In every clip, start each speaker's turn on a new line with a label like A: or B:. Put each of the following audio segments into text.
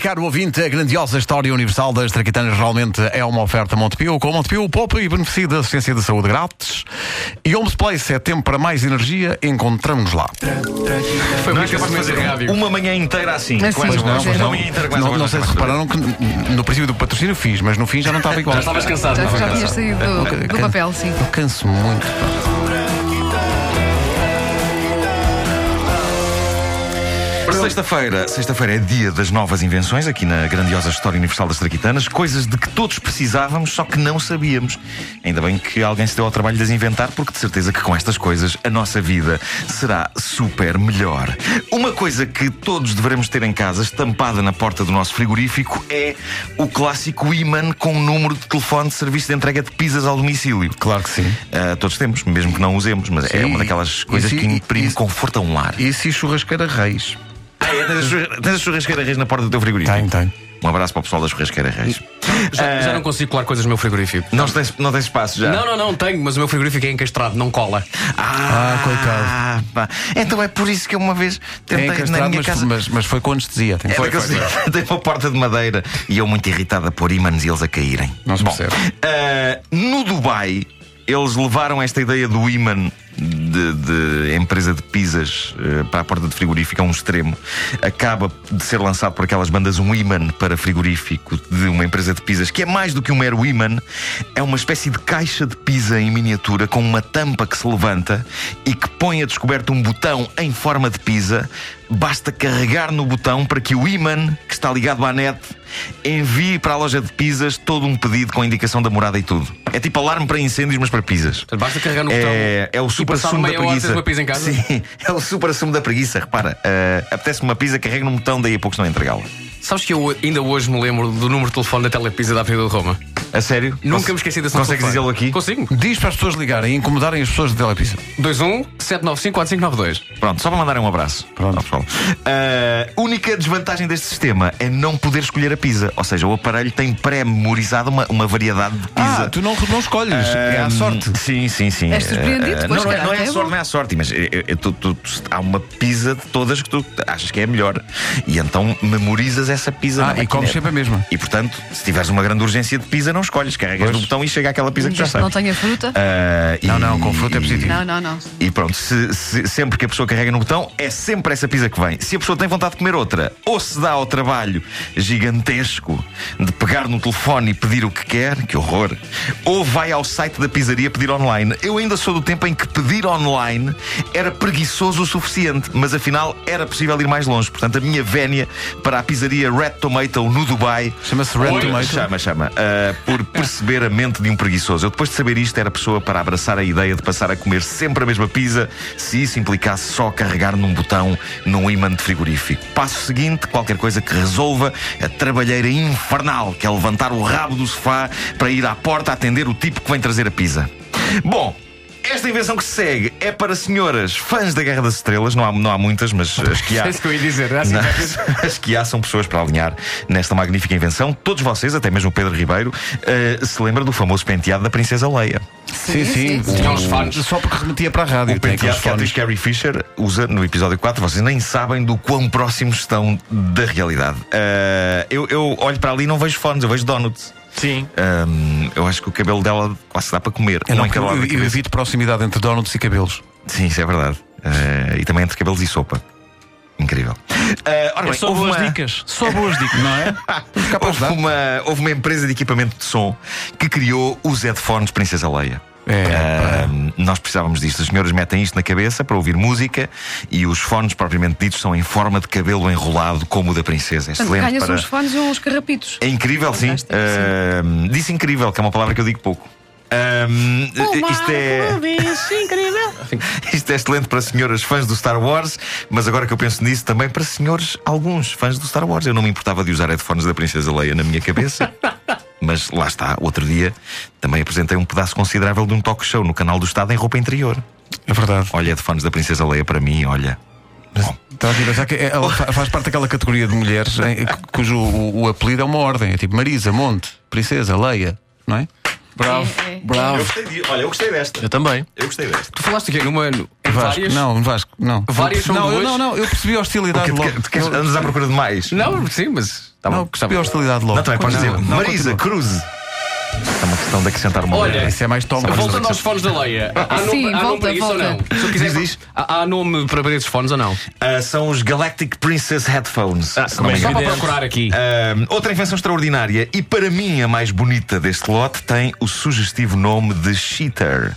A: caro ouvinte, a grandiosa história universal das traquitanas realmente é uma oferta Montepio. Com Montepio, poupa e beneficia da assistência de saúde grátis. E Homes Place é tempo para mais energia. Encontramos lá.
B: Foi
C: Não é capaz de fazer uma manhã inteira assim.
A: É
D: Assim,
C: com essa
D: não,
C: voz.
D: pois
C: Uma
D: não.
C: manhã inteira com essa
A: Não,
C: voz.
A: não sei se repararam que no princípio do patrocínio fiz, mas no fim já não estava igual.
B: Já estavas cansado.
D: Já,
B: não é?
D: já tinhas saído do, do
A: Can-
D: papel, sim.
A: Eu canso muito.
C: Para sexta-feira, sexta-feira é dia das novas invenções, aqui na grandiosa História Universal das Traquitanas, coisas de que todos precisávamos, só que não sabíamos. Ainda bem que alguém se deu ao trabalho de as inventar, porque de certeza que com estas coisas a nossa vida será super melhor. Uma coisa que todos devemos ter em casa, estampada na porta do nosso frigorífico, é o clássico imã com o número de telefone de serviço de entrega de pizzas ao domicílio.
A: Claro que sim.
C: Ah, todos temos, mesmo que não usemos, mas é
A: Sim,
C: uma daquelas
A: e-
C: coisas
A: e-
C: que imprime
A: e-
C: conforto a um lar.
A: E se churrasqueira reis?
C: Ah, é, tens, a churra- tens a churrasqueira Reis na porta do teu frigorífico.
A: Tem, tem.
C: Um abraço para o pessoal da churrasqueira Reis.
B: Já, já não consigo colar coisas no meu frigorífico.
C: Não tens, não tens espaço Ah. já?
B: Não, não, não, tenho, mas o meu frigorífico é encastrado, não cola.
C: Ah,
A: Ah, coitado.
C: pá. Então é por isso que eu uma vez
A: É
C: tentei na
A: encastrado,
C: minha
A: mas,
C: casa.
A: mas, mas foi com anestesia. Tem que
C: Foi,
A: ser.
C: Tem uma porta de madeira e eu muito irritado a pôr ímãs e eles a caírem.
A: Não se
C: Bom,
A: percebe.
C: ah, no Dubai, eles levaram esta ideia do ímã de, de empresa de pizzas eh, para a porta de frigorífico a um extremo. Acaba de ser lançado por aquelas bandas um ímã para frigorífico de uma empresa de pizzas que é mais do que um mero ímã, é uma espécie de caixa de pizza em miniatura com uma tampa que se levanta e que põe a descoberto um botão em forma de pizza. Basta carregar no botão para que o ímã que está ligado à net envie para a loja de pizzas todo um pedido com indicação da morada e tudo. É tipo alarme para incêndios, mas para pizzas.
B: Portanto, basta carregar no
C: É,
B: botão
C: é o
B: e
C: super
B: passar
C: sumo da
B: meia hora
C: preguiça.
B: tens uma pizza em casa.
C: Sim, é o super sumo da preguiça. Repara, eh, apetece-me uma pizza, carrega num botão, daí a pouco não entregá-la.
B: Sabes que eu ainda hoje me lembro do número de telefone da telepizza da Avenida de Roma?
C: A sério?
B: Nunca
C: Conse-
B: me esqueci desse
C: Consegues dizê-lo aqui?
B: Consigo.
A: Diz para as pessoas ligarem e incomodarem as pessoas de telepizza.
B: 21 795 4592.
C: Pronto, só para mandarem um abraço.
A: Pronto.
C: Ao pessoal. A única desvantagem deste sistema é não poder escolher a pizza. Ou seja, o aparelho tem pré-memorizado uma, uma variedade de pizza.
A: Ah, tu não, não escolhes. é à
C: Hum,
A: sorte.
C: Sim, sim, sim.
D: És surpreendido,
C: Eh,
D: depois,
C: não, não, é-
D: caralho,
C: não é
D: é
C: a sorte,
D: bom.
C: não é a sorte, mas eh, eh, tu- tu- tu- há uma pizza de todas que tu achas que é a melhor. E então memorizas essa pizza. na
A: Ah, e
C: maquineta.
A: comes sempre a mesma.
C: E portanto, se tiveres uma grande urgência de pizza, não escolhes. Carregas
A: Pois.
C: no botão e chega aquela pizza que já
D: Desde que não
C: sabes.
D: tenha fruta.
C: Eh, e-
A: Não, não, com fruta é positivo.
D: Não, não, não.
C: e pronto, se- se- sempre que a pessoa carrega no botão, é sempre essa pizza que vem. Se a pessoa tem vontade de comer outra, ou se dá ao trabalho gigantesco de pegar no telefone e pedir o que quer, que horror, ou vai ao site da pizzaria pedir online. Eu ainda sou do tempo em que pedir online era preguiçoso o suficiente, mas afinal era possível ir mais longe. Portanto, a minha vénia para a pizzaria Red Tomato no Dubai
A: Chama-se Red
B: Oi,
A: Tomato.
C: Chama, chama. Ah, por perceber a mente de um preguiçoso. Eu, depois de saber isto, era pessoa para abraçar a ideia de passar a comer sempre a mesma pizza, se isso implicasse só carregar num botão num imã de frigorífico. Passo seguinte: qualquer coisa que resolva a trabalheira infernal, que é levantar o rabo do sofá para ir à porta atender o tipo que vem trazer a pizza. Bom. Esta invenção que se segue é para senhoras fãs da Guerra das Estrelas, não há, não há muitas, mas as que há.
B: É isso que eu ia dizer.
A: Tá
B: é assim,
C: Não,
B: já-
C: As que há são pessoas para alinhar nesta magnífica invenção. Todos vocês, até mesmo o Pedro Ribeiro, eh, se lembra do famoso penteado da Princesa Leia.
A: Sim, sim.
B: Tinha uns fãs.
A: Só porque remetia para a rádio.
C: O
A: tem aqueles
C: penteado que a atriz
A: fones.
C: Carrie Fisher usa no episódio 4. Vocês nem sabem do quão próximos estão da realidade. Eh, eu, eu olho para ali e não vejo fones, eu vejo donuts.
B: Sim.
C: Ahm, eu acho que o cabelo dela quase dá para comer.
A: Eu, não,
C: Um em cada
A: é
C: lado
A: eu,
C: da
A: eu
C: cabeça.
A: evito proximidade entre donuts e cabelos.
C: Sim, isso é verdade. Eh, e também entre cabelos e sopa. Incrível. Eh, ora bem, houve uma-
A: É dicas. Só boas dicas, não é? Capaz de dar.
C: Houve uma, houve uma empresa de equipamento de som que criou os headphones Princesa Leia.
A: É,
C: Ah, nós precisávamos disto. As senhoras metem isto na cabeça para ouvir música e os fones propriamente ditos são em forma de cabelo enrolado, como o da princesa. É
D: Portanto,
C: excelente
D: ganha-se
C: para.
D: uns fones e uns carrapitos.
C: É incrível, sim.
D: Fantástico,
C: Ah, disse incrível, que é uma palavra que eu digo pouco. Ah, isto é. Isto é excelente para senhoras fãs do Star Wars, mas agora que eu penso nisso, também para senhores, alguns fãs do Star Wars. Eu não me importava de usar headphones da Princesa Leia na minha cabeça. Mas lá está, outro dia também apresentei um pedaço considerável de um talk show no canal do Estado em roupa interior.
A: é verdade.
C: Olha, headphones da Princesa Leia para mim, olha.
A: Estava aqui a pensar que é, ela fa- faz parte daquela categoria de mulheres em- cujo o, o apelido é uma ordem. É tipo Marisa, Monte, Princesa, Leia, não é?
B: Bravo,
D: É, é.
C: Eu
B: bravo.
C: gostei de, olha, eu gostei desta.
B: Eu também.
C: Eu gostei desta.
B: Tu falaste o quê? Numa. Em
A: Vasco,
B: várias?
A: Não, Vasco, não.
B: Várias são
A: não, eu-
B: duas?
A: não, não, eu percebi a hostilidade
C: Que,
A: logo.
C: que, que, é andas à procura de mais?
B: Não, sim, mas. Tá
A: Não,
B: bom,
A: percebi
B: gostava.
A: a hostilidade logo.
C: Não, também podes
A: Não,
C: dizer.
A: não,
C: Marisa Cruz. É uma questão de acrescentar uma
B: Olha,
C: letra.
A: Isso é mais toma.
B: Voltando aos fones da Leia, há nome,
D: Sim,
B: há nome
D: volta,
B: para isso ou
D: volta.
B: não? Se eu quiser,
C: Diz, diz.
B: Há, há nome para esses fones ou não?
C: Ah, são os Galactic Princess Headphones.
A: Ah,
C: se
A: é
C: não me
B: Só
C: engano.
B: para Ah. procurar aqui.
C: Ahm, outra invenção extraordinária e para mim a mais bonita deste lote tem o sugestivo nome de cheater.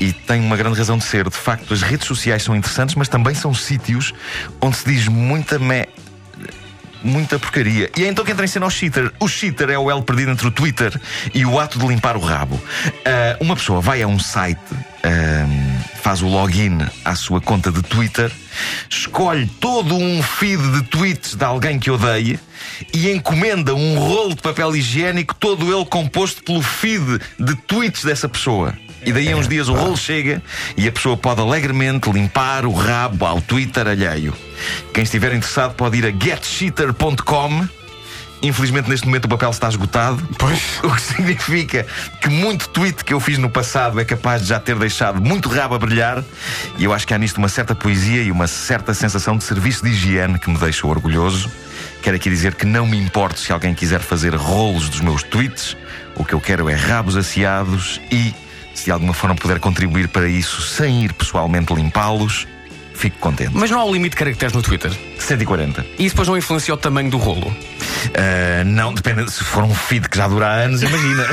C: E tem uma grande razão de ser. De facto, as redes sociais são interessantes, mas também são sítios onde se diz muita me... muita porcaria. E é então que entra em cena o cheater. O cheater é o L perdido entre o Twitter e o ato de limpar o rabo. Ah, uma pessoa vai a um site, ahm, faz o login à sua conta de Twitter, escolhe todo um feed de tweets de alguém que odeie e encomenda um rolo de papel higiênico, todo ele composto pelo feed de tweets dessa pessoa. E daí a uns dias o rolo chega e a pessoa pode alegremente limpar o rabo ao Twitter alheio. Quem estiver interessado pode ir a getcheater.com. Infelizmente, neste momento o papel está esgotado.
A: Pois.
C: O que significa que muito tweet que eu fiz no passado é capaz de já ter deixado muito rabo a brilhar. E eu acho que há nisto uma certa poesia e uma certa sensação de serviço de higiene que me deixa orgulhoso. Quero aqui dizer que não me importo se alguém quiser fazer rolos dos meus tweets. O que eu quero é rabos asseados e, se de alguma forma puder contribuir para isso sem ir pessoalmente limpá-los, fico contente.
B: Mas não há um limite de caracteres no Twitter.
C: 140.
B: E isso depois não influencia o tamanho do rolo.
C: Uh, não, depende. Se for um feed que já dura anos, imagina.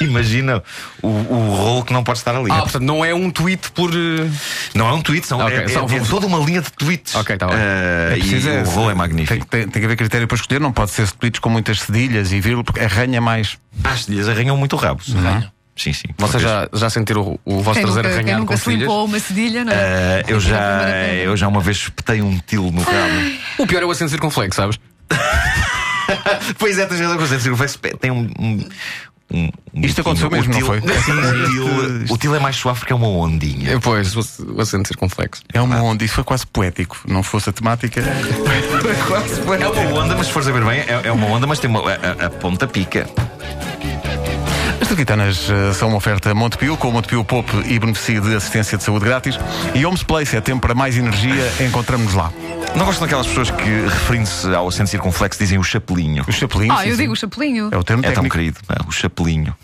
C: imagina o, o rolo que não pode estar ali.
B: Ah, portanto, não é um tweet por. eh,
C: não é um tweet, são,
B: Ok,
C: é, é-
B: só-
C: é toda uma linha de tweets.
B: Ok, tá
C: uh,
B: bem.
A: É preciso
C: e
A: é-
C: o rolo é
A: Tem,
C: magnífico.
A: que- tem- tem que haver critério para escolher, não pode ser tweets com muitas cedilhas e vírgula, porque arranha mais.
C: Acho que lhes arranham muito o rabo. se arranham. Sim, sim.
B: Vocês já, já sentiram o, o vosso
D: Quem
B: traseiro
D: nunca, quem
B: arranhado
D: nunca
B: com
D: se
B: filhas?
D: limpou uma cedilha, não é?
C: Uh, eu,
D: É a
C: já,
D: primeira coisa.
C: eu já uma vez espetei um tilo no rabo.
B: O pior é o acento circunflexo, sabes?
C: pois é, tens razão, José, se eu fosse- Tem um. um um- um
A: Isto aconteceu
C: biquinho.
A: mesmo,
C: o
A: não
C: til,
A: foi?
C: o til- o til é mais suave porque é uma ondinha.
B: Eh, Pois, o ac- o acento circunflexo.
A: É uma onda, isso foi quase poético, não fosse a temática.
C: É uma onda, mas se fores a ver bem, é, é uma onda, mas tem uma, a- a- a ponta pica.
A: As Traquitanas eh, são uma oferta Montepio, com o Montepio Pop e beneficia de assistência de saúde grátis. E Homes Place é tempo para mais energia, encontramos-nos lá.
C: Não gosto daquelas pessoas que, referindo-se ao acento circunflexo, dizem o chapelinho.
A: é O Chapelinho.
D: Ah,
A: sim,
D: eu
A: sim.
D: digo o chapelinho.
A: É o termo
C: É tão
A: técnico.
C: querido, não é? o chapelinho.